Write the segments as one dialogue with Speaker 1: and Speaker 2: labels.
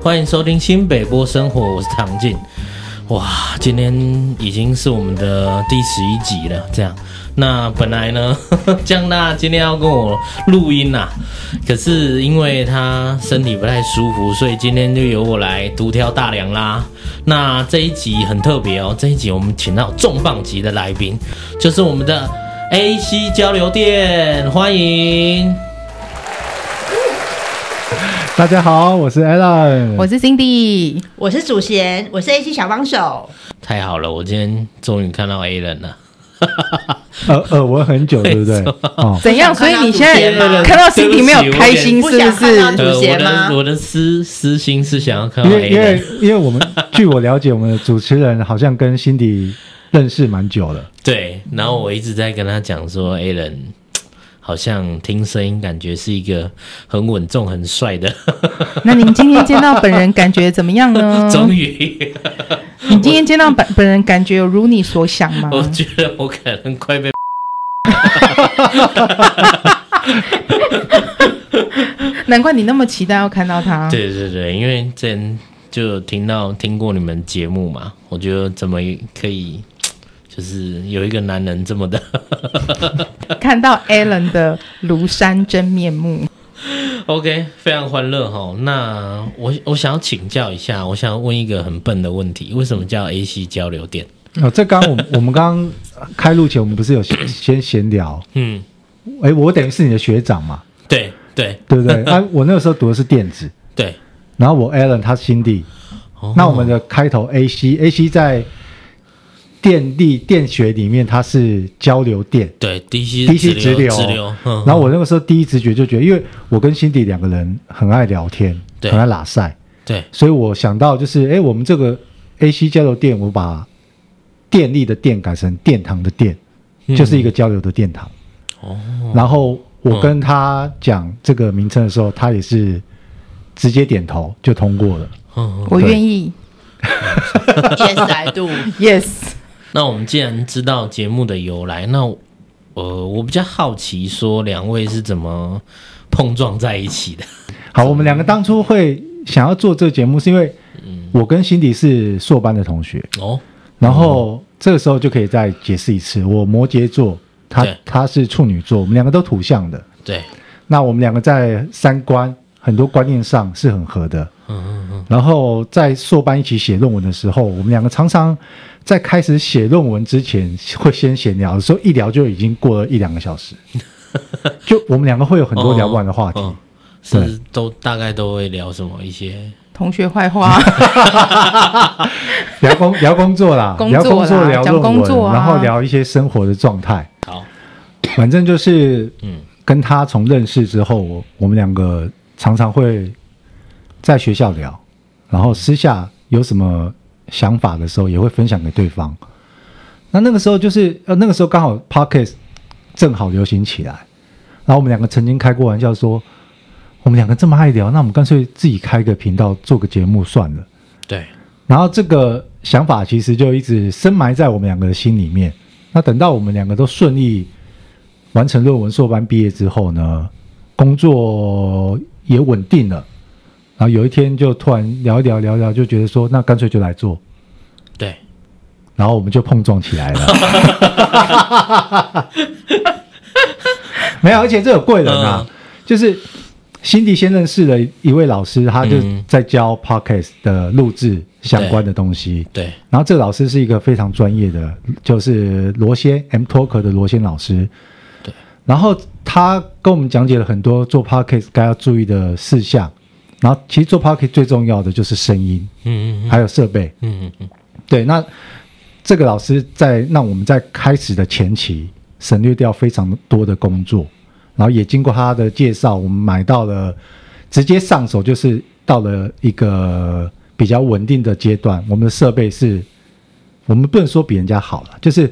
Speaker 1: 欢迎收听新北波生活，我是唐静。哇，今天已经是我们的第十一集了，这样。那本来呢， 江大今天要跟我录音啦、可是因为他身体不太舒服，所以今天就由我来独挑大梁啦。那这一集很特别哦，这一集我们请到重磅级的来宾，就是我们的 AC 交流店，欢迎。
Speaker 2: 大家好，我是 Alan，
Speaker 3: 我是 Cindy，
Speaker 4: 我是主贤，我是 A C 小 帮手。
Speaker 1: 太好了，我今天终于看到 A 人了。
Speaker 2: 呃呃，我很久对不对？哦，
Speaker 3: 怎样？
Speaker 4: 不想
Speaker 3: 所以你
Speaker 4: 看到主
Speaker 3: 现在
Speaker 4: 线吗
Speaker 3: 看到 Cindy 没有开心，
Speaker 4: 不
Speaker 3: 是
Speaker 4: 想
Speaker 3: 不
Speaker 4: 看
Speaker 3: 是？
Speaker 4: 到主
Speaker 1: 呃，我
Speaker 4: 角吗
Speaker 1: 的我的私私心是想要看
Speaker 2: 因
Speaker 1: 到 A
Speaker 2: 为因为
Speaker 1: 人，
Speaker 2: 因为我们据我了解，我们的主持人好像跟辛迪认识蛮久了，
Speaker 1: 对，然后我一直在跟他讲说，A 人好像听声音感觉是一个很稳重、很帅的，
Speaker 3: 那您今天见到本人感觉怎么样
Speaker 2: 嗯
Speaker 3: 呢？
Speaker 1: 终于，
Speaker 3: 你今天见到本本人感觉有如你所想吗？
Speaker 1: 我觉得我可能快
Speaker 2: 嗯
Speaker 1: 被
Speaker 3: 难怪你那么期待要看到他。
Speaker 1: 对对对，因为之前就有听到听过你们节目嘛，我觉得怎么可以。就是有一个男人这么的
Speaker 3: 看到 Alan 的庐山真面目，
Speaker 1: ，OK，非常欢乐哈。那我我想要请教一下，我想要问一个很笨的问题：为什么叫 A C 交流电？
Speaker 2: 哦，这刚我们我们刚刚开录前，我们不是有先先闲聊？
Speaker 1: 嗯，
Speaker 2: 哎，我等于是你的学长嘛，
Speaker 1: 对对
Speaker 2: 对不对？啊，我那个时候读的是电子，
Speaker 1: 对。
Speaker 2: 然后我 Alan 他是辛迪，
Speaker 1: 哦
Speaker 2: 那我们的开头 AC AC 在电力电学里面，它是交流电。
Speaker 1: 对 DC
Speaker 2: DC
Speaker 1: 直
Speaker 2: 直流，
Speaker 1: 直流，嗯
Speaker 2: 然后我那个时候第一直觉就觉得，因为我跟辛迪两个人很爱聊天，
Speaker 1: 对
Speaker 2: 很爱拉塞，
Speaker 1: 对
Speaker 2: 所以我想到就是，哎，我们这个 AC 交流电，我把电力的电改成殿堂的电，
Speaker 1: 嗯
Speaker 2: 就是一个交流的殿堂。
Speaker 1: 哦，
Speaker 2: 然后
Speaker 1: 嗯
Speaker 2: 我跟他讲这个名称的时候，他也是直接点头就通过了。
Speaker 1: 嗯嗯
Speaker 3: 我愿意。
Speaker 4: yes I do。
Speaker 3: Yes，
Speaker 1: 那我们既然知道节目的由来，那我呃，我比较好奇，说两位是怎么碰撞在一起的？
Speaker 2: 好，我们两个当初会想要做这个节目，是因为
Speaker 1: 嗯
Speaker 2: 我跟辛迪是硕班的同学，
Speaker 1: 哦，
Speaker 2: 然后这个时候就可以再解释一次，我摩羯座，他
Speaker 1: 对
Speaker 2: 他是处女座，我们两个都土象的。
Speaker 1: 对，
Speaker 2: 那我们两个在三观很多观念上是很合的。
Speaker 1: 嗯嗯嗯，
Speaker 2: 然后在硕班一起写论文的时候，我们两个常常在开始写论文之前会先闲聊，说一聊就已经过了一两个小时，就我们两个会有很多聊不完的话题。
Speaker 1: 嗯是都大概都会聊什么一些？
Speaker 3: 同学坏话，
Speaker 2: 聊工聊工作啦，
Speaker 3: 工
Speaker 2: 聊
Speaker 3: 作啦
Speaker 2: 工作，聊
Speaker 3: 讲
Speaker 2: 论
Speaker 3: 工
Speaker 2: 文，
Speaker 3: 作啊
Speaker 2: 然后聊一些生活的状态。
Speaker 1: 好，
Speaker 2: 反正就是，
Speaker 1: 嗯
Speaker 2: 嗯，跟他从认识之后，我我们两个常常会在学校聊，然后私下有什么想法的时候，也会分享给对方。那那个时候就是，呃，那个时候刚好 Podcast 正好流行起来，然后我们两个曾经开过玩笑说，我们两个这么爱聊，那我们干脆自己开个频道做个节目算了。
Speaker 1: 对，
Speaker 2: 然后这个想法其实就一直深埋在我们两个的心里面。那等到我们两个都顺利完成论文、硕班毕业之后呢，工作也稳定了。然后有一天就突然聊一聊聊一聊，就觉得说那干脆就来做，
Speaker 1: 对，
Speaker 2: 然后我们就碰撞起来了。没有，而且这有贵人啊，
Speaker 1: 嗯
Speaker 2: 就是辛迪先认识了一位老师，他就
Speaker 1: 嗯
Speaker 2: 在教 podcast 的录制相关的东西。
Speaker 1: 对，
Speaker 2: 然后这个老师是一个非常专业的，就是罗先 M Talk 的罗先老师。
Speaker 1: 对。
Speaker 2: 然后他跟我们讲解了很多做 podcast 该要注意的事项。然后其实做 podcast 最重要的就是声音，
Speaker 1: 嗯嗯
Speaker 2: 还有设备。
Speaker 1: 嗯嗯嗯，
Speaker 2: 对，那这个老师在让我们在开始的前期省略掉非常多的工作，然后也经过他的介绍，我们买到了直接上手，就是到了一个比较稳定的阶段。我们的设备是，我们不能说比人家好了，就是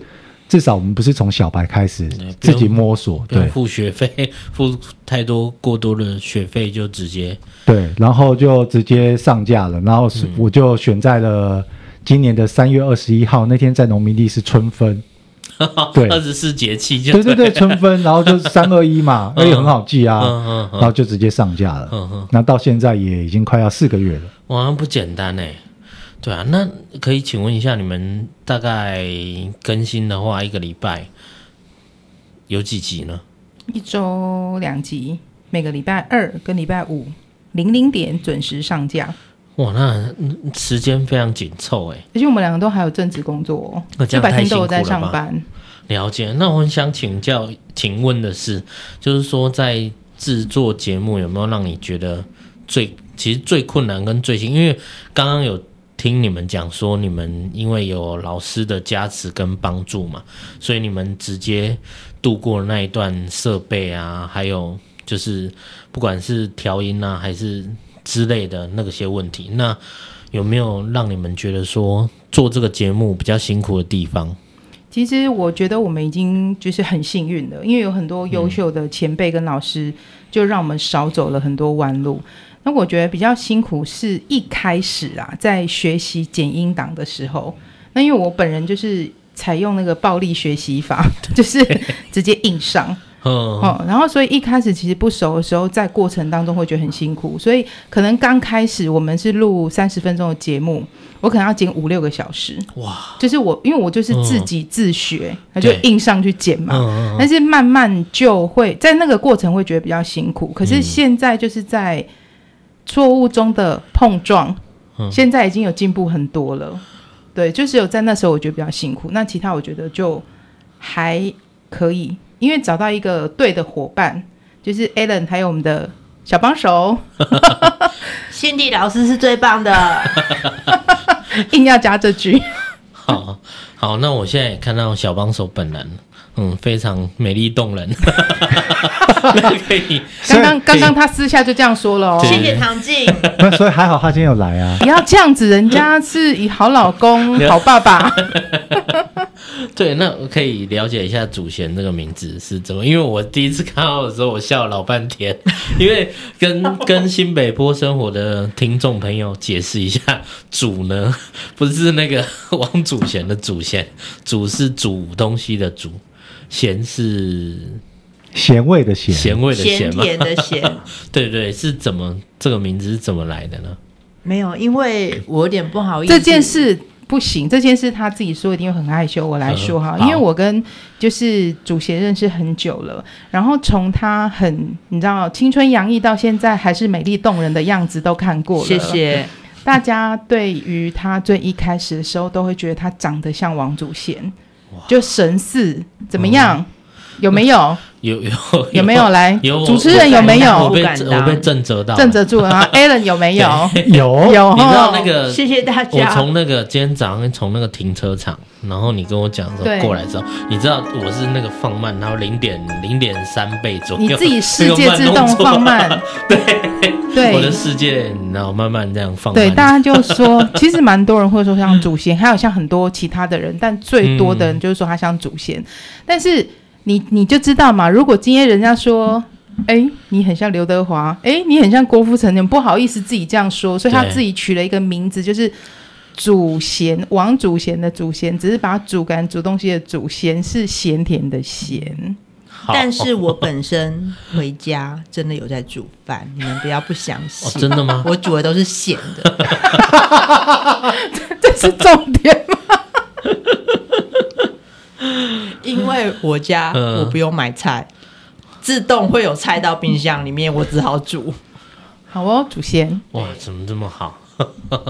Speaker 2: 至少我们不是从小白开始
Speaker 1: 对不
Speaker 2: 自
Speaker 1: 用
Speaker 2: 己摸索，
Speaker 1: 不用
Speaker 2: 对
Speaker 1: 付学费， 付太多过多的学费就直接
Speaker 2: 对，然后就直接上架了，然后是我就选在了今年的三月二十一号那天，在农民历是春分。 对
Speaker 1: 二十四节气就
Speaker 2: 对对对，春分，然后就三二 一嘛，
Speaker 1: 嗯
Speaker 2: 而且很好记啊，
Speaker 1: 嗯嗯
Speaker 2: 然后
Speaker 1: 嗯，
Speaker 2: 就直接上架了。
Speaker 1: 嗯嗯，
Speaker 2: 那到现在也已经快要四个月 了。
Speaker 1: 哇，那不简单哎。对啊，那可以请问一下，你们大概更新的话，一个礼拜有几集呢？
Speaker 3: 一周两集，每个礼拜二跟礼拜五零零点准时上架。
Speaker 1: 哇，那嗯时间非常紧凑哎。
Speaker 3: 而且我们两个都还有正职工作哦、
Speaker 1: 那这
Speaker 3: 就
Speaker 1: 样
Speaker 3: 白
Speaker 1: 太
Speaker 3: 天
Speaker 1: 辛
Speaker 3: 都
Speaker 1: 苦
Speaker 3: 有
Speaker 1: 了
Speaker 3: 在上
Speaker 1: 吧？
Speaker 3: 班。
Speaker 1: 了解。那我很想请教、请问的是，就是说在制作节目有没有让你觉得最其实最困难跟最辛？因为刚刚有听你们讲说，你们因为有老师的加持跟帮助嘛，所以你们直接度过那一段设备啊，还有就是不管是调音啊，还是之类的那个些问题，那有没有让你们觉得说做这个节目比较辛苦的地方？
Speaker 3: 其实我觉得我们已经就是很幸运了，因为有很多优秀的前辈跟老师，就让我们少走了很多弯路。那我觉得比较辛苦是一开始啊，在学习剪音档的时候，那因为我本人就是采用那个暴力学习法， 就是直接硬上。
Speaker 1: 嗯，
Speaker 3: 哦，然后所以一开始其实不熟的时候，在过程当中会觉得很辛苦，所以可能刚开始我们是录三十分钟的节目，我可能要剪五六个小时，
Speaker 1: 哇，
Speaker 3: 就是我因为我就是自己自学，那、
Speaker 1: 嗯
Speaker 3: 就
Speaker 1: 对
Speaker 3: 硬上去剪嘛。
Speaker 1: 嗯嗯
Speaker 3: 但是慢慢就会在那个过程会觉得比较辛
Speaker 1: 嗯
Speaker 3: 苦，可是现在就是在错误中的碰撞，
Speaker 1: 嗯
Speaker 3: 现在已经有进步很多了。对，就是有在那时候我觉得比较辛苦，那其他我觉得就还可以，因为找到一个对的伙伴，就是 Alan 还有我们的小 帮手，
Speaker 4: 辛迪老师是最棒的，
Speaker 3: 硬要加这句，
Speaker 1: 好好，那我现在也看到小帮手本人，嗯，非常美丽动人。 那可以，
Speaker 3: 刚刚刚刚他私下就这样说了哦。
Speaker 1: 对
Speaker 4: 谢谢唐静。
Speaker 2: 那所以还好他今天有来啊。
Speaker 3: 不要这样子，人家是以好 老公、好爸爸。
Speaker 1: 对，那我可以了解一下祖贤这个名字是怎么？因为我第一次看到的时候，我笑了老半天，因为跟跟新北坡生活的听众朋友解释一下，祖呢不是那个王祖贤的祖贤，祖是煮东西的煮，贤是
Speaker 2: 咸味的咸，
Speaker 1: 咸味的
Speaker 4: 咸
Speaker 1: 咸嘛，
Speaker 4: 甜 的咸。
Speaker 1: 对对，是怎么这个名字是怎么来的呢？
Speaker 4: 没有，因为我有点不好意思。
Speaker 3: 这件事不行，这件事他自己说一定会很害羞。我来说哈，
Speaker 1: 嗯好
Speaker 3: 因为我跟就是主席认识很久了，然后从他很你知道青春洋溢到现在还是美丽动人的样子都看过了。
Speaker 4: 谢。谢。
Speaker 3: 大家对于他最一开始的时候，都会觉得他长得像王祖贤，就神似，怎么样？
Speaker 1: 嗯
Speaker 3: 有没有？
Speaker 1: 有有
Speaker 3: 有没有？来？
Speaker 1: 有
Speaker 3: 主持人有没
Speaker 1: 我
Speaker 3: 有？
Speaker 1: 被
Speaker 4: 不敢
Speaker 1: 我
Speaker 4: 当
Speaker 1: 被震折到了，
Speaker 3: 正着 住啊，Allen 有没有？
Speaker 2: 哎有
Speaker 3: 有哦
Speaker 1: 你知道那
Speaker 3: 吼
Speaker 1: 个
Speaker 4: 谢谢大家。
Speaker 1: 我从那个今天早上从那个停车场，然后你跟我讲说
Speaker 3: 对
Speaker 1: 过来之后，你知道我是那个放慢，然后零点零点三倍左右，
Speaker 3: 你自己世界
Speaker 1: 那个
Speaker 3: 自
Speaker 1: 慢
Speaker 3: 动
Speaker 1: 动作
Speaker 3: 放慢， 对
Speaker 1: 我的世界，然后慢慢这样放慢。嗯
Speaker 3: 对，大家就说，其实蛮多人会说像祖先，还有像很多其他的人，但最多的人就是说他像祖先。但是你你就知道嘛，如果今天人家说，哎、你很像刘德华，哎、你很像郭富城，你们不好意思自己这样说，所以他
Speaker 1: 对
Speaker 3: 自己取了一个名字，就是。祖贤，王祖贤的祖贤，只是把主感煮东西的祖贤是咸甜的咸。
Speaker 1: 好哦
Speaker 4: 但是我本身回家 真的有在煮饭，你们不要不相
Speaker 1: 哦，
Speaker 4: 信。
Speaker 1: 真的吗？
Speaker 4: 我煮的都是咸 的，
Speaker 3: 这是重点
Speaker 1: 哦
Speaker 3: 吗？
Speaker 4: 因为我家
Speaker 1: 嗯
Speaker 4: 我不用买菜，自动会有菜到冰箱里面，我只好煮。
Speaker 3: 好哦，祖贤，
Speaker 1: 哇，怎么这么好？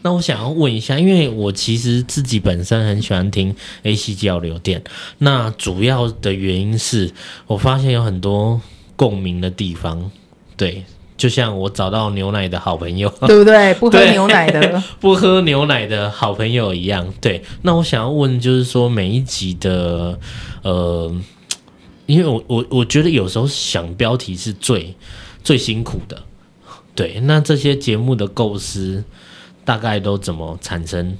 Speaker 1: 那我想要问一下，因为我其实自己本身很喜欢听 A C 交流电，那主要的原因是我发现有很多共鸣的地方，对，就像我找到牛奶的好朋友，
Speaker 3: 对不对？不喝
Speaker 1: 哦对
Speaker 3: 牛奶的，
Speaker 1: 不喝牛奶的好朋友一样。对，那我想要问，就是说每一集的，呃，因为我我我觉得有时候想标题是最最辛苦的。对，那这些节目的构思大概都怎么产生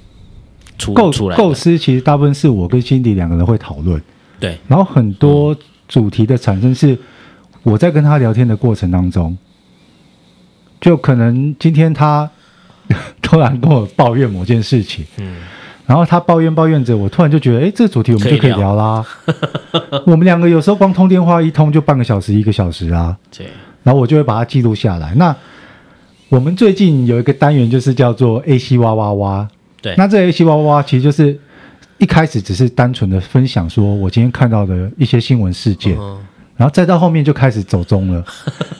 Speaker 1: 出
Speaker 2: 构
Speaker 1: 出来的？
Speaker 2: 构思其实大部分是我跟辛迪两个人会讨论，
Speaker 1: 对，
Speaker 2: 然后很
Speaker 1: 嗯
Speaker 2: 多主题的产生是我在跟他聊天的过程当中， 就可能今天他突然跟我抱怨某件事情，
Speaker 1: 嗯，
Speaker 2: 然后他抱怨抱怨着，我突然就觉得，哎，这个主题我们就可以聊啦。我们两个有时候光通电话一通就半个小时、一个小时啊，
Speaker 1: 对，
Speaker 2: 然后我就会把它记录下来。那我们最近有一个单元就是叫做 A C 哇哇哇，
Speaker 1: 对
Speaker 2: 那这 A C 哇哇哇其实就是一开始只是单纯的分享，说我今天看到的一些新闻事件，
Speaker 1: 嗯
Speaker 2: 然后再到后面就开始走中 了，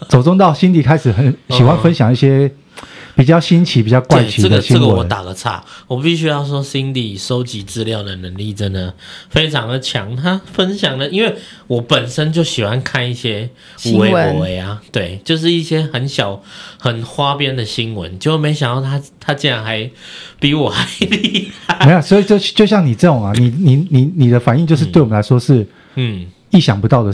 Speaker 2: 走中到心里开始很喜欢分享一些比较新奇、比较怪
Speaker 1: 对，
Speaker 2: 奇
Speaker 1: 这
Speaker 2: 的
Speaker 1: 个这
Speaker 2: 新
Speaker 1: 个我
Speaker 2: 闻。
Speaker 1: 打个岔，我必须要说，Cindy 收集资料的能力真的非常的强。她分享的，因为我本身就喜欢看一些
Speaker 3: 新
Speaker 1: 微
Speaker 3: 闻
Speaker 1: 博呀，对，就是一些很小、很花边的新闻，结果没想到她她竟然还比我还厉 害。
Speaker 2: 没有，所以就就像你这种啊，你你你你的反应就是对我们来说是
Speaker 1: 嗯，
Speaker 2: 意想不到的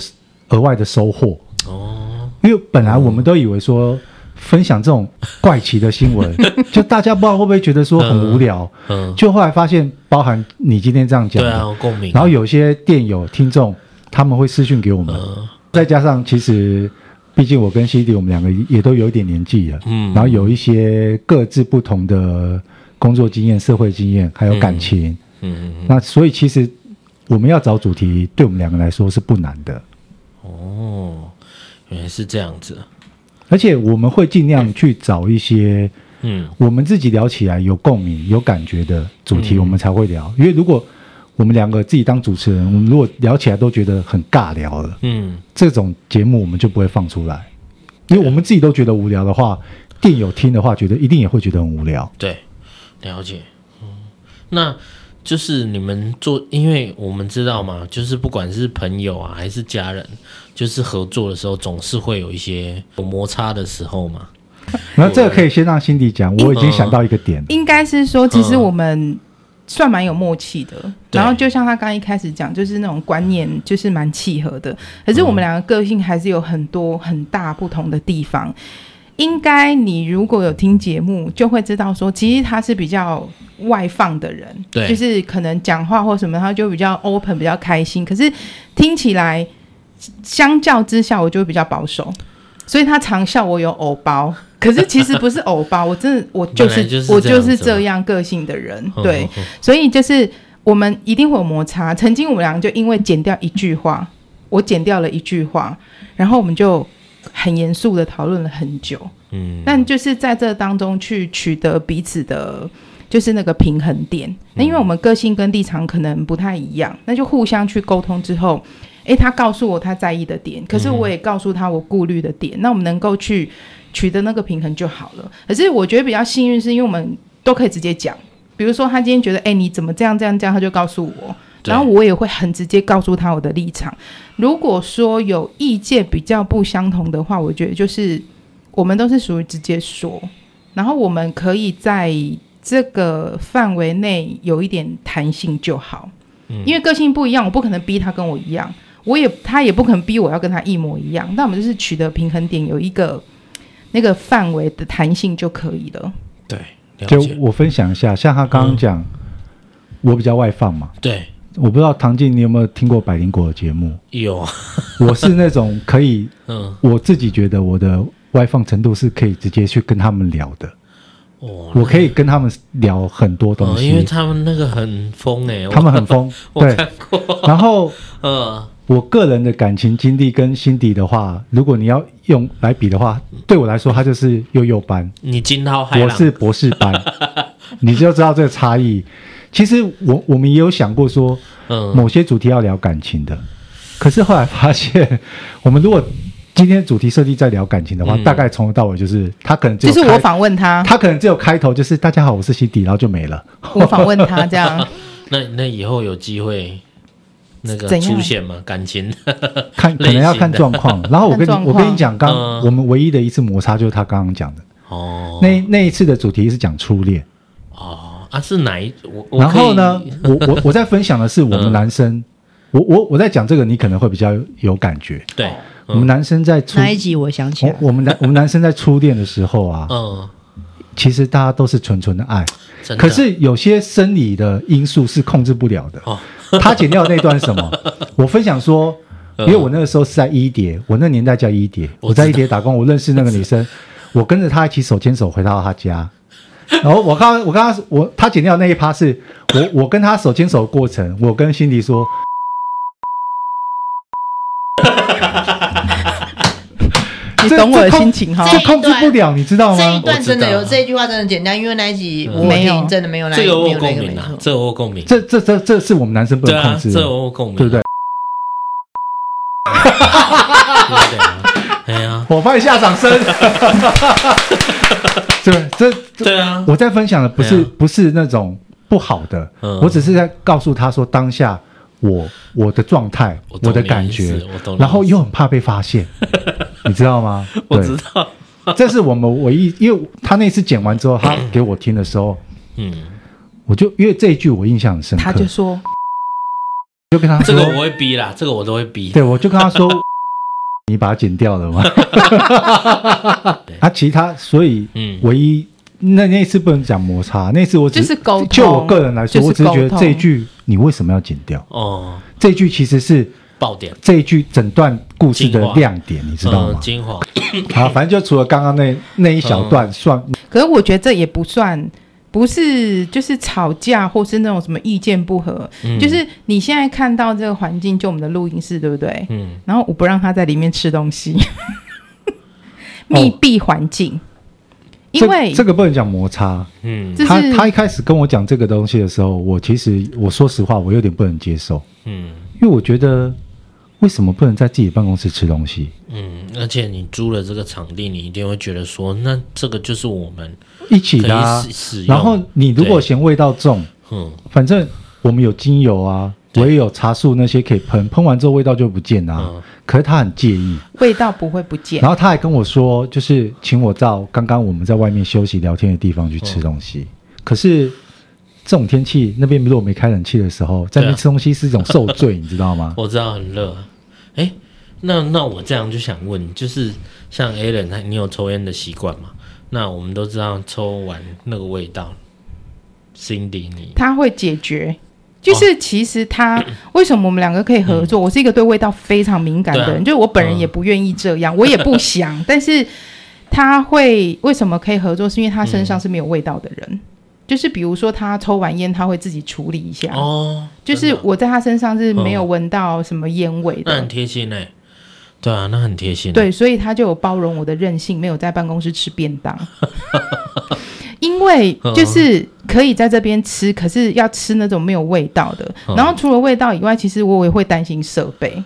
Speaker 2: 额外的收获。
Speaker 1: 哦，
Speaker 2: 因为本来我们都以为说分享这种怪奇的 新闻，就大家不知道会不会觉得说很无聊，
Speaker 1: 嗯，
Speaker 2: 就后来发现包含你今天这样讲
Speaker 1: 对
Speaker 2: 的，
Speaker 1: 啊，有共鸣。
Speaker 2: 然后，有些店友听众他们会私讯给我们，
Speaker 1: 嗯
Speaker 2: 再加上其实毕竟我跟 CD 我们两个也都有一点年纪了，
Speaker 1: 嗯
Speaker 2: 然后有一些各自不同的工作经验、社会经验还有感情，
Speaker 1: 嗯，
Speaker 2: 那所以其实我们要找主题，对我们两个来说是不难的。
Speaker 1: 哦，原来是这样子。
Speaker 2: 而且我们会尽量去找一些
Speaker 1: 嗯，
Speaker 2: 我们自己聊起来有共鸣、有感觉的主题，
Speaker 1: 嗯
Speaker 2: 我们才会聊。因为如果我们两个自己当主持人，我们如果聊起来都觉得很尬聊了，
Speaker 1: 嗯，
Speaker 2: 这种节目我们就不会放出来。因为我们自己都觉得无聊的话，电友听的话，觉得一定也会觉得很无聊。
Speaker 1: 对，了解。嗯，那就是你们做，因为我们知道嘛，就是不管是朋友啊，还是家人，就是合作的时候，总是会有一些有摩擦的时候嘛。
Speaker 2: 然后这个可以先让辛迪讲，我已经想到一个点了。
Speaker 3: 应该是说，其实我们算蛮有默契的。
Speaker 1: 嗯对
Speaker 3: 然后就像他刚一开始讲，就是那种观念就是蛮契合的。可是我们两个个性还是有很多很大不同的地方。应该你如果有听节目，就会知道说，其实他是比较外放的人，
Speaker 1: 对
Speaker 3: 就是可能讲话或什么，他就比较 open，比较开心。可是听起来，相较之下，我就会比较保守。所以他常笑我有偶包，可是其实不是偶包，我真的我就是
Speaker 1: 本来就是这样
Speaker 3: 我就是
Speaker 1: 子嘛
Speaker 3: 这样个性的人，对，
Speaker 1: 嗯，
Speaker 3: 所以就是我们一定会有摩擦。曾经我们两个就因为剪掉一句话，我剪掉了一句话，然后我们就很严肃的讨论了很久，
Speaker 1: 嗯，
Speaker 3: 但就是在这当中去取得彼此的。就是那个平衡点，那因为我们个性跟立场可能不太一样，那就互相去沟通之后，诶，他告诉我他在意的点，可是我也告诉他我顾虑的点，那我们能够去取得那个平衡就好了。可是我觉得比较幸运，是因为我们都可以直接讲，比如说他今天觉得，哎诶，你怎么这样这样这样，他就告诉我，
Speaker 1: 对
Speaker 3: 然后我也会很直接告诉他我的立场。如果说有意见比较不相同的话，我觉得就是我们都是属于直接说，然后我们可以在这个范围内有一点弹性就好。因为个性不一样，我不可能逼他跟我一样，我也他也不可能逼我要跟他一模一样。那我们就是取得平衡点，有一个那个范围的弹性就可以了。
Speaker 1: 对，了
Speaker 2: 就
Speaker 1: 解，嗯
Speaker 2: 我分享一下，像他刚刚讲，我比较外放嘛，
Speaker 1: 对，
Speaker 2: 我不知道唐静你有没有听过百灵果的节目？
Speaker 1: 有，
Speaker 2: 我是那种可以
Speaker 1: 嗯，
Speaker 2: 我自己觉得我的外放程度是可以直接去跟他们聊的，
Speaker 1: 哦，
Speaker 2: 我可以跟他们聊很多东
Speaker 1: 哦，
Speaker 2: 西，
Speaker 1: 因为他们那个很疯哎，我，
Speaker 2: 他们很，疯
Speaker 1: 我
Speaker 2: 对。
Speaker 1: 看过，
Speaker 2: 然后
Speaker 1: 嗯，
Speaker 2: 我个人的感情经历跟辛迪的话，如果你要用来比的话，对我来说他就是幼幼班，
Speaker 1: 你惊涛骇
Speaker 2: 我
Speaker 1: 浪，
Speaker 2: 是博士 班，你就知道这个差异。其实我我们也有想过说，
Speaker 1: 嗯，
Speaker 2: 某些主题要聊感情的，可是后来发现，我们如果今天主题设计在聊感情的话，
Speaker 1: 嗯
Speaker 2: 大概从头到尾就是他可能只
Speaker 3: 就
Speaker 2: 有
Speaker 3: 是
Speaker 2: 开
Speaker 3: 我访问他，
Speaker 2: 他可能只有开头就是大家好，我是辛迪，然后就没了。
Speaker 3: 我访问他这样，
Speaker 1: 那那以后有机会那个
Speaker 3: 怎样
Speaker 1: 出现吗？感情，
Speaker 2: 看可能要看
Speaker 1: 类型的
Speaker 2: 状 况。然后我跟你
Speaker 3: 看状
Speaker 2: 我
Speaker 3: 况
Speaker 2: 跟你讲，刚
Speaker 1: 嗯
Speaker 2: 我们唯一的一次摩擦就是他刚刚讲的
Speaker 1: 哦，
Speaker 2: 那那一次的主题是讲初恋，
Speaker 1: 哦啊，是哪一？我我
Speaker 2: 然后
Speaker 1: 可以
Speaker 2: 呢，我我我在分享的是我们
Speaker 1: 嗯
Speaker 2: 男生，我我我在讲这个，你可能会比较有感觉。
Speaker 1: 对，
Speaker 2: 我哦们男生在初
Speaker 4: 那
Speaker 3: 啊
Speaker 4: 一集我想起来
Speaker 2: 我，我们男我们男生在初恋的时候啊，
Speaker 1: 嗯，
Speaker 2: 其实大家都是纯纯的爱，
Speaker 1: 真的
Speaker 2: 可是有些生理的因素是控制不了的。
Speaker 1: 哦，
Speaker 2: 他剪掉的那段是什 么？我分享说，因
Speaker 1: 嗯
Speaker 2: 为我那个时候是在一叠，我那年代叫一叠，
Speaker 1: 我
Speaker 2: 我在
Speaker 1: 知
Speaker 2: 一叠打工，我认识那个女生，我跟着她一起手牵手回到她家，然后我刚我刚刚我他剪掉那一趴是我我跟他手牵手的过程，我跟辛迪说，
Speaker 3: 你
Speaker 2: 这
Speaker 3: 懂我的
Speaker 2: 这控
Speaker 3: 心情哈。
Speaker 2: 这控制不了，你知道
Speaker 4: 这一
Speaker 2: 吗？
Speaker 4: 段真的
Speaker 1: 我
Speaker 4: 有
Speaker 1: 知道
Speaker 4: 这一句话真的简单，因为那一集
Speaker 1: 嗯
Speaker 4: 我
Speaker 3: 没有
Speaker 4: 听真的没有那一
Speaker 1: 这个我
Speaker 4: 没有
Speaker 1: 有
Speaker 4: 那
Speaker 1: 共
Speaker 4: 个没
Speaker 1: 鸣啊
Speaker 4: 错，，
Speaker 1: 这个我有共鸣，
Speaker 2: 这这这这是我们男生不
Speaker 1: 对
Speaker 2: 能控
Speaker 1: 啊，
Speaker 2: 制
Speaker 1: 这
Speaker 2: 的，
Speaker 1: 个我有共鸣，
Speaker 2: 对不对？？
Speaker 1: 对啊，哎呀，
Speaker 2: 我帮你下掌声。 对，这这
Speaker 1: 对啊，
Speaker 2: 我在分享的不是、
Speaker 1: 对啊
Speaker 2: 不是那种不好的，
Speaker 1: 嗯
Speaker 2: 我只是在告诉他说当下我我的状态，
Speaker 1: 我
Speaker 2: 我
Speaker 1: 懂
Speaker 2: 的
Speaker 1: 你
Speaker 2: 感
Speaker 1: 意思
Speaker 2: 觉
Speaker 1: 我懂，你
Speaker 2: 然后
Speaker 1: 意
Speaker 2: 又很怕被 发现，你知道吗？
Speaker 1: 我
Speaker 2: 对
Speaker 1: 知道，
Speaker 2: 这是我们唯一，因为他那次剪完之后，他给我听的时候，
Speaker 1: 嗯，
Speaker 2: 我就因为这一句我印象很深刻，
Speaker 3: 他就说
Speaker 2: 就跟他
Speaker 1: 这
Speaker 2: 说，
Speaker 1: 个我会逼啦，这个我都会逼，
Speaker 2: 对我就跟他说， 你把它剪掉了吗？ 啊，其他所以
Speaker 1: 嗯
Speaker 2: 唯一那那一次不能讲摩擦，那次我只
Speaker 3: 就是沟通
Speaker 2: 就我个人来说，
Speaker 3: 就是
Speaker 2: 我只是觉
Speaker 3: 沟
Speaker 2: 得
Speaker 3: 通
Speaker 2: 这一句你为什么要剪掉？
Speaker 1: 哦，
Speaker 2: 这一句其实是
Speaker 1: 爆点，
Speaker 2: 这一句整段故事
Speaker 1: 精
Speaker 2: 的
Speaker 1: 华
Speaker 2: 亮点，你知道
Speaker 1: 嗯
Speaker 2: 吗，？
Speaker 1: 精华，
Speaker 2: 好，反正就除了刚刚那那一小
Speaker 1: 嗯
Speaker 2: 段算，
Speaker 3: 可是我觉得这也不算，不是就是吵架或是那种什么意见不合，
Speaker 1: 嗯
Speaker 3: 就是你现在看到这个环境，就我们的录音室，对不对？
Speaker 1: 嗯，
Speaker 3: 然后我不让他在里面吃东西，密闭环境，因
Speaker 2: 这
Speaker 3: 为
Speaker 2: 这个不能讲摩擦。
Speaker 1: 嗯
Speaker 3: 这
Speaker 2: 他
Speaker 3: 是
Speaker 2: 他一开始跟我讲这个东西的时候，我其实我说实话，我有点不能接受，
Speaker 1: 嗯
Speaker 2: 因为我觉得为什么不能在自己办公室吃东西？
Speaker 1: 嗯，而且你租了这个场地，你一定会觉得说，那这个就是我们
Speaker 2: 一起
Speaker 1: 可
Speaker 2: 的、啊
Speaker 1: 以使，使用，
Speaker 2: 然后你如果
Speaker 1: 对
Speaker 2: 嫌味道重，
Speaker 1: 嗯
Speaker 2: 反正我们有精油啊，我也有茶树那些可以喷，喷完之后味道就不见啦、
Speaker 1: 嗯
Speaker 2: 可是他很介意，
Speaker 3: 味道不会不见
Speaker 2: 然。后他还跟我说，就是请我到刚刚我们在外面休息聊天的地方去吃东西。
Speaker 1: 嗯
Speaker 2: 可是这种天气，那边如果没开冷气的时候，在那
Speaker 1: 对啊
Speaker 2: 边吃东西是一种受 罪，你知道吗？
Speaker 1: 我知道很热。哎、那那我这样就想问，就是像 Alan，他你有抽烟的习惯吗？那我们都知道抽完那个味道，Cindy 你
Speaker 3: 他会解决。
Speaker 1: 哦
Speaker 3: 就是其实他、 为什么我们两个可以合作？我是一个对味道非常敏感
Speaker 1: 嗯
Speaker 3: 的
Speaker 1: 对
Speaker 3: 人，
Speaker 1: 啊
Speaker 3: 就是我本人也不愿意这样，我也 不想。但是他会为什么可以合作？是因为他身上是没有味道的
Speaker 1: 嗯
Speaker 3: 人。就是比如说他抽完烟，他会自己处理一下。
Speaker 1: 哦，
Speaker 3: 啊就是
Speaker 1: 真的
Speaker 3: 我在他身上是没有
Speaker 1: 嗯
Speaker 3: 闻到什么烟味
Speaker 1: 那
Speaker 3: 的。
Speaker 1: 很贴心哎、对啊，那很贴心、，
Speaker 3: 对，所以他就有包容我的任性，没有在办公室吃便当，因为就是可以在这边吃，可是要吃那种没有味道的。
Speaker 1: 嗯
Speaker 3: 然后除了味道以外，其实我也会担心设备，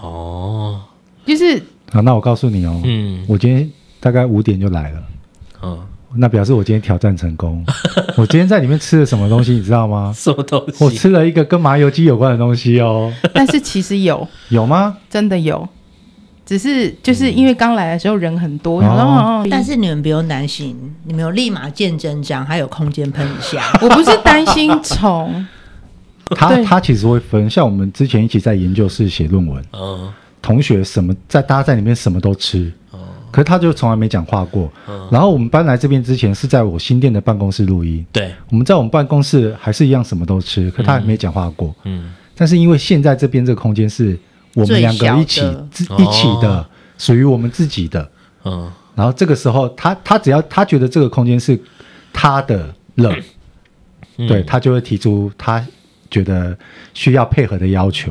Speaker 1: 哦，
Speaker 3: 就是
Speaker 2: 好，那我告诉你哦，
Speaker 1: 嗯
Speaker 2: 我今天大概五点就来了。
Speaker 1: 嗯，
Speaker 2: 那表示我今天挑战 成功。我今天在里面吃了什么东西，你知道吗？
Speaker 1: 什么东
Speaker 2: 我
Speaker 1: 西？
Speaker 2: 吃了一个跟麻油鸡有关的东西哦，
Speaker 3: 但是其实有，
Speaker 2: 有 吗？
Speaker 3: 真的有，只是就是因为刚来的时候人很多，
Speaker 2: 哦
Speaker 3: 然后、
Speaker 4: 但是你们不用担心，你们有立马见真章，还有空间喷一下。
Speaker 3: 我不是担心虫，
Speaker 2: 他
Speaker 3: 对
Speaker 2: 他其实会分，像我们之前一起在研究室写论文，
Speaker 1: 嗯
Speaker 2: 同学什么在大家在里面什么都吃，
Speaker 1: 哦，
Speaker 2: 可是他就从来没讲话过。然后我们搬来这边之前是在我新店的办公室录音，
Speaker 1: 对，
Speaker 2: 我们在我们办公室还是一样什么都吃，可他还没讲话过。
Speaker 1: 嗯
Speaker 2: 但是因为现在这边这个空间是我们两个一起
Speaker 4: 最小的
Speaker 2: 自一起的，哦属于我们自己的。
Speaker 1: 嗯
Speaker 2: 然后这个时候，他他只要他觉得这个空间是他的了，
Speaker 1: 嗯，
Speaker 2: 对他就会提出他觉得需要配合的要求。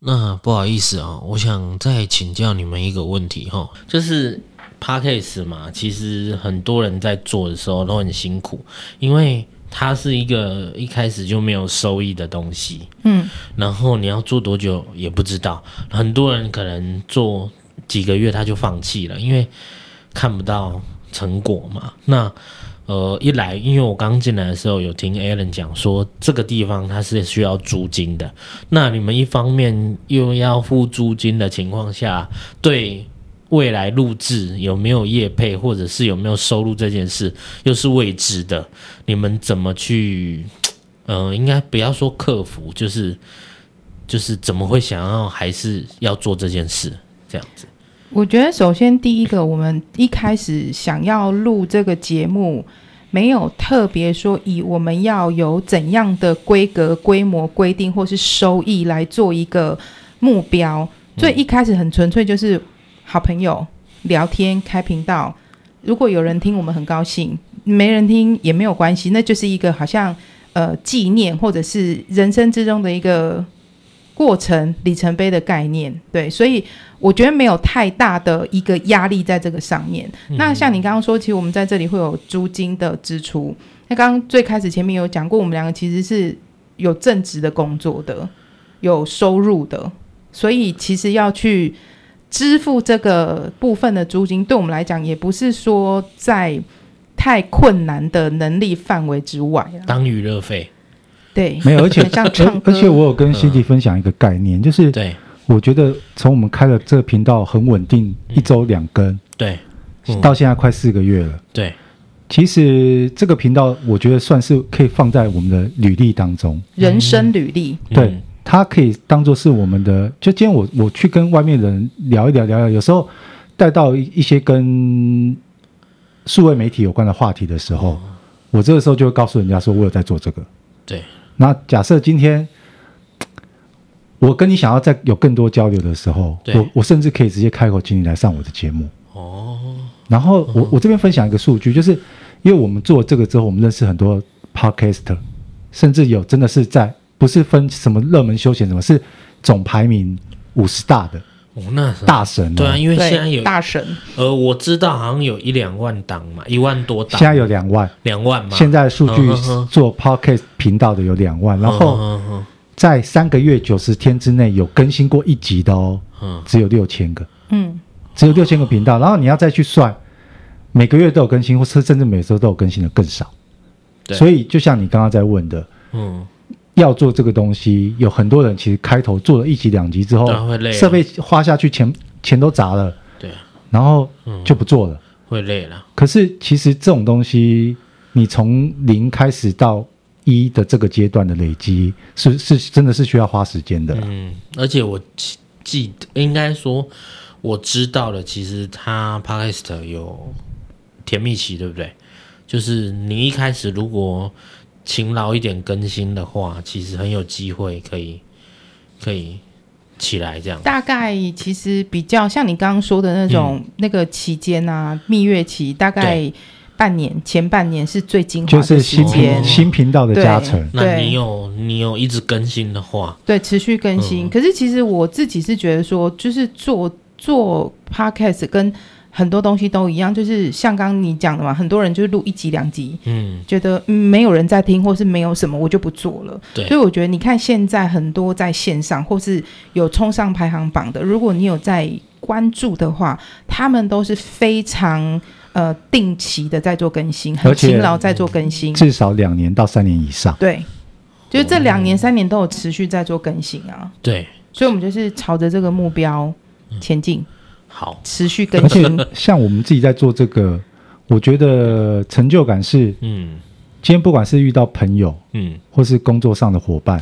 Speaker 1: 那不好意思哦，我想再请教你们一个问题哈、哦，就是 p a c k a s e 嘛，其实很多人在做的时候都很辛苦，因为它是一个一开始就没有收益的东西，
Speaker 3: 嗯，
Speaker 1: 然后你要做多久也不知道，很多人可能做几个月他就放弃了，因为看不到成果嘛。那呃，一来，因为我刚进来的时候有听 Alan 讲说，这个地方它是需要租金的。那你们一方面又要付租金的情况下，对未来录制有没有业配或者是有没有收入这件事，又是未知的。你们怎么去？呃，应该不要说克服，就是就是怎么会想要还是要做这件事这样子？
Speaker 3: 我觉得首先第一个，我们一开始想要录这个节目，没有特别说以我们要有怎样的规格、规模规定或是收益来做一个目标，所以一开始很纯粹就是好朋友聊天开频道。如果有人听，我们很高兴；没人听也没有关系，那就是一个好像呃纪念或者是人生之中的一个过程里程碑的概念。对，所以我觉得没有太大的一个压力在这个上面。那像你刚刚说，其实我们在这里会有租金的支出。那刚刚最开始前面有讲过，我们两个其实是有正职的工作的，有收入的，所以其实要去支付这个部分的租金，对我们来讲也不是说在太困难的能力范围之外啊。
Speaker 1: 当娱乐费，
Speaker 3: 对，
Speaker 2: 没有，而且
Speaker 3: 很像唱
Speaker 2: 而
Speaker 3: 歌，
Speaker 2: 而且我有跟 CD 分享一个概念，就是
Speaker 1: 嗯对
Speaker 2: 我觉得从我们开了这个频道很稳定，
Speaker 1: 嗯
Speaker 2: 一周两更，
Speaker 1: 对嗯
Speaker 2: 到现在快四个月了。
Speaker 1: 对，
Speaker 2: 其实这个频道，我觉得算是可以放在我们的履历当中，
Speaker 3: 人生履历，
Speaker 2: 对
Speaker 1: 嗯，
Speaker 2: 它可以当做是我们的。就今天我我去跟外面的人聊一聊聊一聊，有时候带到一一些跟数位媒体有关的话题的时候，我这个时候就会告诉人家说我有在做这个。
Speaker 1: 对，
Speaker 2: 那假设今天我跟你想要再有更多交流的时候，
Speaker 1: 对
Speaker 2: 我我甚至可以直接开口请你来上我的节目。
Speaker 1: 哦，
Speaker 2: 然后我我这边分享一个数据，就是因为我们做这个之后，我们认识很多 podcaster，甚至有真的是在不是分什么热门休闲什么，是总排名五十大的
Speaker 1: 哦那是
Speaker 2: 大神、哦。
Speaker 1: 对啊，因为现在有
Speaker 3: 对，大神，
Speaker 1: 呃，我知道好像有一两万档嘛，一万多档，
Speaker 2: 现在有两万，
Speaker 1: 两万嘛，
Speaker 2: 现在数据
Speaker 1: 嗯哼
Speaker 2: 做 podcast 频道的有两万，然后
Speaker 1: 嗯嗯
Speaker 2: 在三个月九十天之内有更新过一集的哦，
Speaker 1: 嗯
Speaker 2: 只有六千个。
Speaker 3: 嗯，
Speaker 2: 只有六千个频
Speaker 1: 哦
Speaker 2: 道，然后你要再去算，每个月都有更新，或是甚至每周都有更新的更少。
Speaker 1: 对
Speaker 2: 所以就像你刚刚在问的，
Speaker 1: 嗯，
Speaker 2: 要做这个东西，有很多人其实开头做了一集两集之后
Speaker 1: 对啊会累，啊
Speaker 2: 设备花下去钱钱都砸了，
Speaker 1: 对啊，
Speaker 2: 然后就不做了。
Speaker 1: 会累了，
Speaker 2: 可是其实这种东西，你从零开始到一的这个阶段的累积，是是真的是需要花时间的啦。
Speaker 1: 嗯，而且我记记得应该说我知道了，其实他 podcast 有甜蜜期，对不对？就是你一开始如果勤劳一点更新的话，其实很有机会可以可以起来这样。
Speaker 3: 大概其实比较像你刚刚说的那种、
Speaker 2: 嗯
Speaker 3: 那个期间啊，蜜月期大概半年前半年是最精华
Speaker 2: 就
Speaker 3: 的
Speaker 2: 是
Speaker 3: 时
Speaker 2: 新
Speaker 3: 间
Speaker 2: 频，新频道的
Speaker 3: 对
Speaker 2: 加成，
Speaker 1: 那
Speaker 3: 对
Speaker 1: 你有你有一直更新的话，
Speaker 3: 对，持续更新。
Speaker 2: 嗯
Speaker 3: 可是其实我自己是觉得说，就是做做 podcast 跟很多东西都一样，就是像刚刚你讲的嘛，很多人就是录一集两集，
Speaker 1: 嗯，
Speaker 3: 觉得、嗯、没有人在听，或是没有什么，我就不做了。
Speaker 1: 对
Speaker 3: 所以我觉得你看现在很多在线上或是有冲上排行榜的，如果你有在关注的话，他们都是非常呃定期的在做更新，很
Speaker 2: 而且
Speaker 3: 勤劳在做更新。
Speaker 2: 至少两年到三年以上。
Speaker 3: 对，就是这
Speaker 2: 嗯
Speaker 3: 两年三年都有持续在做更新啊。
Speaker 1: 对，
Speaker 3: 所以我们就是朝着这个目标前进，
Speaker 1: 嗯好，
Speaker 3: 持续
Speaker 2: 而
Speaker 3: 更
Speaker 2: 且
Speaker 1: 嗯
Speaker 3: 新。
Speaker 2: 像我们自己在做这个，我觉得成就感是，
Speaker 1: 嗯
Speaker 2: 今天不管是遇到朋友
Speaker 1: 嗯
Speaker 2: 或是工作上的伙伴，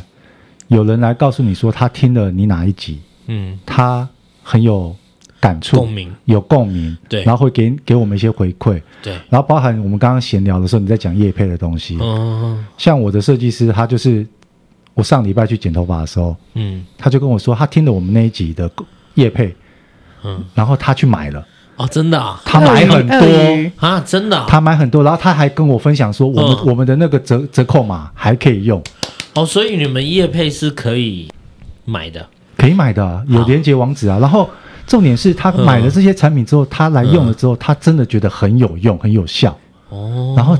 Speaker 2: 有人来告诉你说他听了你哪一集，
Speaker 1: 嗯，
Speaker 2: 他很有感触
Speaker 1: 共，鸣，
Speaker 2: 有共鸣，
Speaker 1: 对
Speaker 2: 然后会给给我们一些回馈，
Speaker 1: 对，
Speaker 2: 然后包含我们刚刚闲聊的时候你在讲叶配的东西，
Speaker 1: 嗯
Speaker 2: 像我的设计师他就是我上礼拜去剪头发的时候，
Speaker 1: 嗯
Speaker 2: 他就跟我说他听了我们那一集的叶配，
Speaker 1: 嗯，
Speaker 2: 然后他去买了，
Speaker 1: 哦，真的啊，
Speaker 2: 他买很
Speaker 3: 鳄鱼鳄
Speaker 2: 多
Speaker 3: 鱼。
Speaker 1: 啊，真的啊，
Speaker 2: 他买很多，然后他还跟我分享说，我们、
Speaker 1: 嗯
Speaker 2: 我们的那个折折扣码还可以用，
Speaker 1: 哦，所以你们叶配是可以买的，
Speaker 2: 可以买的啊，有
Speaker 1: 好
Speaker 2: 连接网址啊。然后重点是他买了这些产品之后，他来用了之后，他真的觉得很有用，很有效。
Speaker 1: 哦，
Speaker 2: 然后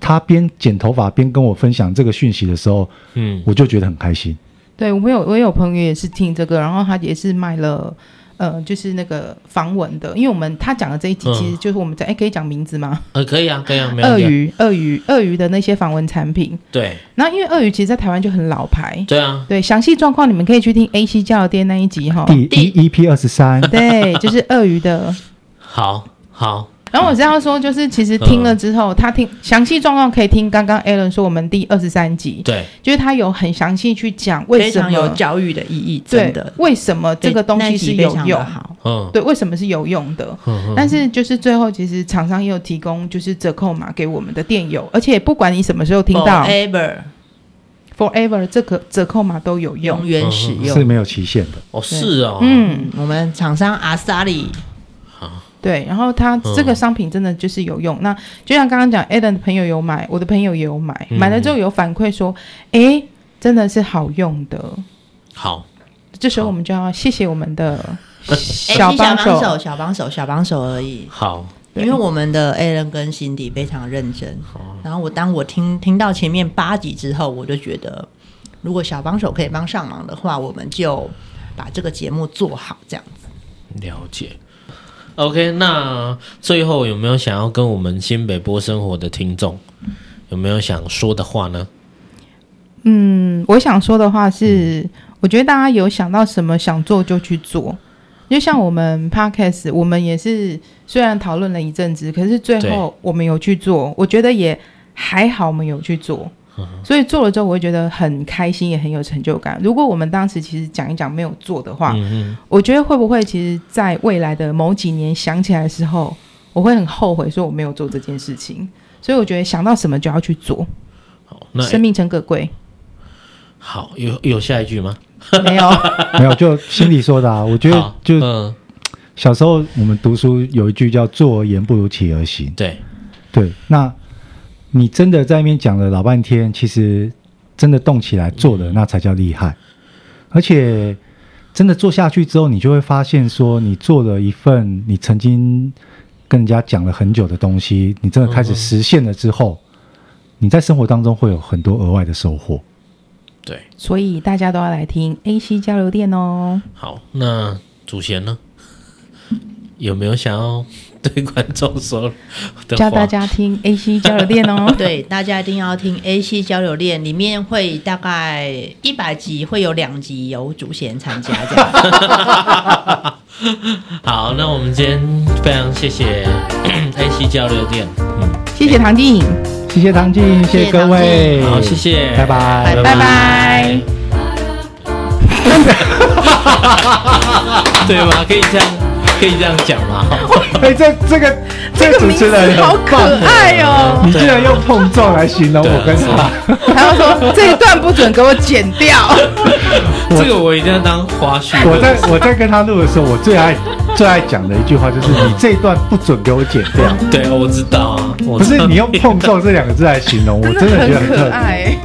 Speaker 2: 他边剪头发边跟我分享这个讯息的时候，
Speaker 1: 嗯，
Speaker 2: 我就觉得很开心。
Speaker 3: 对我有我有朋友也是听这个，然后他也是卖了。呃，就是那个防蚊的，因为我们他讲的这一集
Speaker 1: 嗯，
Speaker 3: 其实就是我们在哎、可以讲名字吗？
Speaker 1: 呃，可以啊，可以啊，没
Speaker 3: 鳄
Speaker 1: 问题啊，
Speaker 3: 鱼、鳄鱼、鳄鱼的那些防蚊产品。
Speaker 1: 对
Speaker 3: 然后因为鳄鱼其实，在台湾就很老牌，
Speaker 1: 对啊，
Speaker 3: 对详细状况你们可以去听 A C 教店哦那一集哈。
Speaker 2: 第一 EP 二十三，
Speaker 3: 对，就是鳄鱼的
Speaker 1: 好好，
Speaker 3: 然后我是要说，就是其实听了之后，他听详细状况可以听刚刚 Alan 说我们第二十三集，
Speaker 1: 对，
Speaker 3: 就是他有很详细去讲 为
Speaker 4: 非
Speaker 3: 什么
Speaker 4: 常有教育的意义，真
Speaker 3: 对
Speaker 4: 的，
Speaker 3: 为什么这个东
Speaker 4: 那一
Speaker 3: 西
Speaker 4: 集
Speaker 3: 是
Speaker 4: 非
Speaker 3: 有
Speaker 4: 常的
Speaker 3: 用，
Speaker 4: 好，
Speaker 1: 嗯，
Speaker 3: 对，为什么是有用的。
Speaker 1: 嗯
Speaker 3: 但是就是最后，其实厂商也有提供就是折扣码给我们的店友，而且不管你什么时候听到
Speaker 4: forever
Speaker 3: 嗯，Forever 这个折扣码都有
Speaker 4: 永
Speaker 3: 用。
Speaker 4: 远使
Speaker 2: 是
Speaker 4: 用。嗯
Speaker 2: 没有期限的。
Speaker 1: 哦，是哦，
Speaker 3: 嗯，
Speaker 4: 我们厂商阿萨里
Speaker 3: 对，然后它这个商品真的就是有
Speaker 4: 嗯
Speaker 3: 用。那就像刚刚讲 a d a m 的朋友有买，我的朋友也有买，
Speaker 1: 嗯
Speaker 3: 买了之后有反馈说，哎，真的是好用的。
Speaker 1: 好，
Speaker 3: 这时候我们就要谢谢我们的
Speaker 4: 哎
Speaker 3: 小
Speaker 4: 其实
Speaker 3: 帮
Speaker 4: 手，
Speaker 3: 手，
Speaker 4: 小帮手，小帮手而已。
Speaker 1: 好，
Speaker 4: 因为我们的 a l n 跟辛迪非常认真，然后我当我听听到前面八集之后，我就觉得，如果小帮手可以帮上忙的话，我们就把这个节目做好，这样子。。
Speaker 1: 了解。OK，那最后有没有想要跟我们新北波生活的听众有没有想说的话呢？
Speaker 3: 嗯，我想说的话是，
Speaker 1: 嗯
Speaker 3: 我觉得大家有想到什么想做就去做。就像我们 podcast，我们也是虽然讨论了一阵子，可是最后我们有去做，我觉得也还好，我们有去做。
Speaker 1: 嗯
Speaker 3: 所以做了之后，我会觉得很开心，也很有成就感。如果我们当时其实讲一讲没有做的话，
Speaker 1: 嗯
Speaker 3: 我觉得会不会其实在未来的某几年想起来的时候，我会很后悔说我没有做这件事情。所以我觉得想到什么就要去做，
Speaker 1: 哼，好，那
Speaker 3: 生命诚可贵。
Speaker 1: 好，有有下一句吗？
Speaker 3: 没有。
Speaker 2: 没有，就心里说的啊。我觉得
Speaker 1: 好，
Speaker 2: 就
Speaker 1: 嗯，
Speaker 2: 小时候我们读书有一句叫“坐而言不如起而行
Speaker 1: 对，”，
Speaker 2: 对。那你真的在那边讲了老半天，其实真的动起来做的那才叫厉害。而且真的做下去之后，你就会发现说，你做了一份你曾经跟人家讲了很久的东西，你真的开始实现了之后，你在生活当中会有很多额外的收获。
Speaker 1: 对，
Speaker 3: 所以大家都要来听 AC 交流电哦。
Speaker 1: 好，那祖贤呢？有没有想要对观众说的话？
Speaker 3: 教大家听 AC 交流电哦
Speaker 4: 对，大家一定要听 A C 交流链，里面会大概一百集，会有两集有主贤参加，这样子。
Speaker 1: 好，那我们今天非常谢谢 AC 交流店，
Speaker 3: 谢谢唐静。
Speaker 2: 谢谢唐静，谢
Speaker 4: 谢谢
Speaker 2: 各
Speaker 4: 唐静
Speaker 2: 位，
Speaker 1: 好，谢谢，
Speaker 2: 拜拜
Speaker 4: 拜
Speaker 3: 拜拜。
Speaker 1: 对吗？可以这样，可以这样讲吗？
Speaker 2: 哎、这这个这个主持人
Speaker 3: 好
Speaker 2: 很
Speaker 3: 可
Speaker 2: 棒
Speaker 3: 爱哦！
Speaker 2: 你竟然用碰撞来形容我跟他，
Speaker 3: 还要说这一段不准给我剪掉。
Speaker 1: 这个我一定要当花絮。
Speaker 2: 我在我在跟他录的时候，我最爱最爱讲的一句话就是：你这一段不准给我剪掉。
Speaker 1: 对，我知道啊，我
Speaker 2: 不
Speaker 1: 知
Speaker 2: 是
Speaker 1: 道
Speaker 2: 你用“碰撞”这两个字来形容，我真的觉得很
Speaker 3: 很可爱。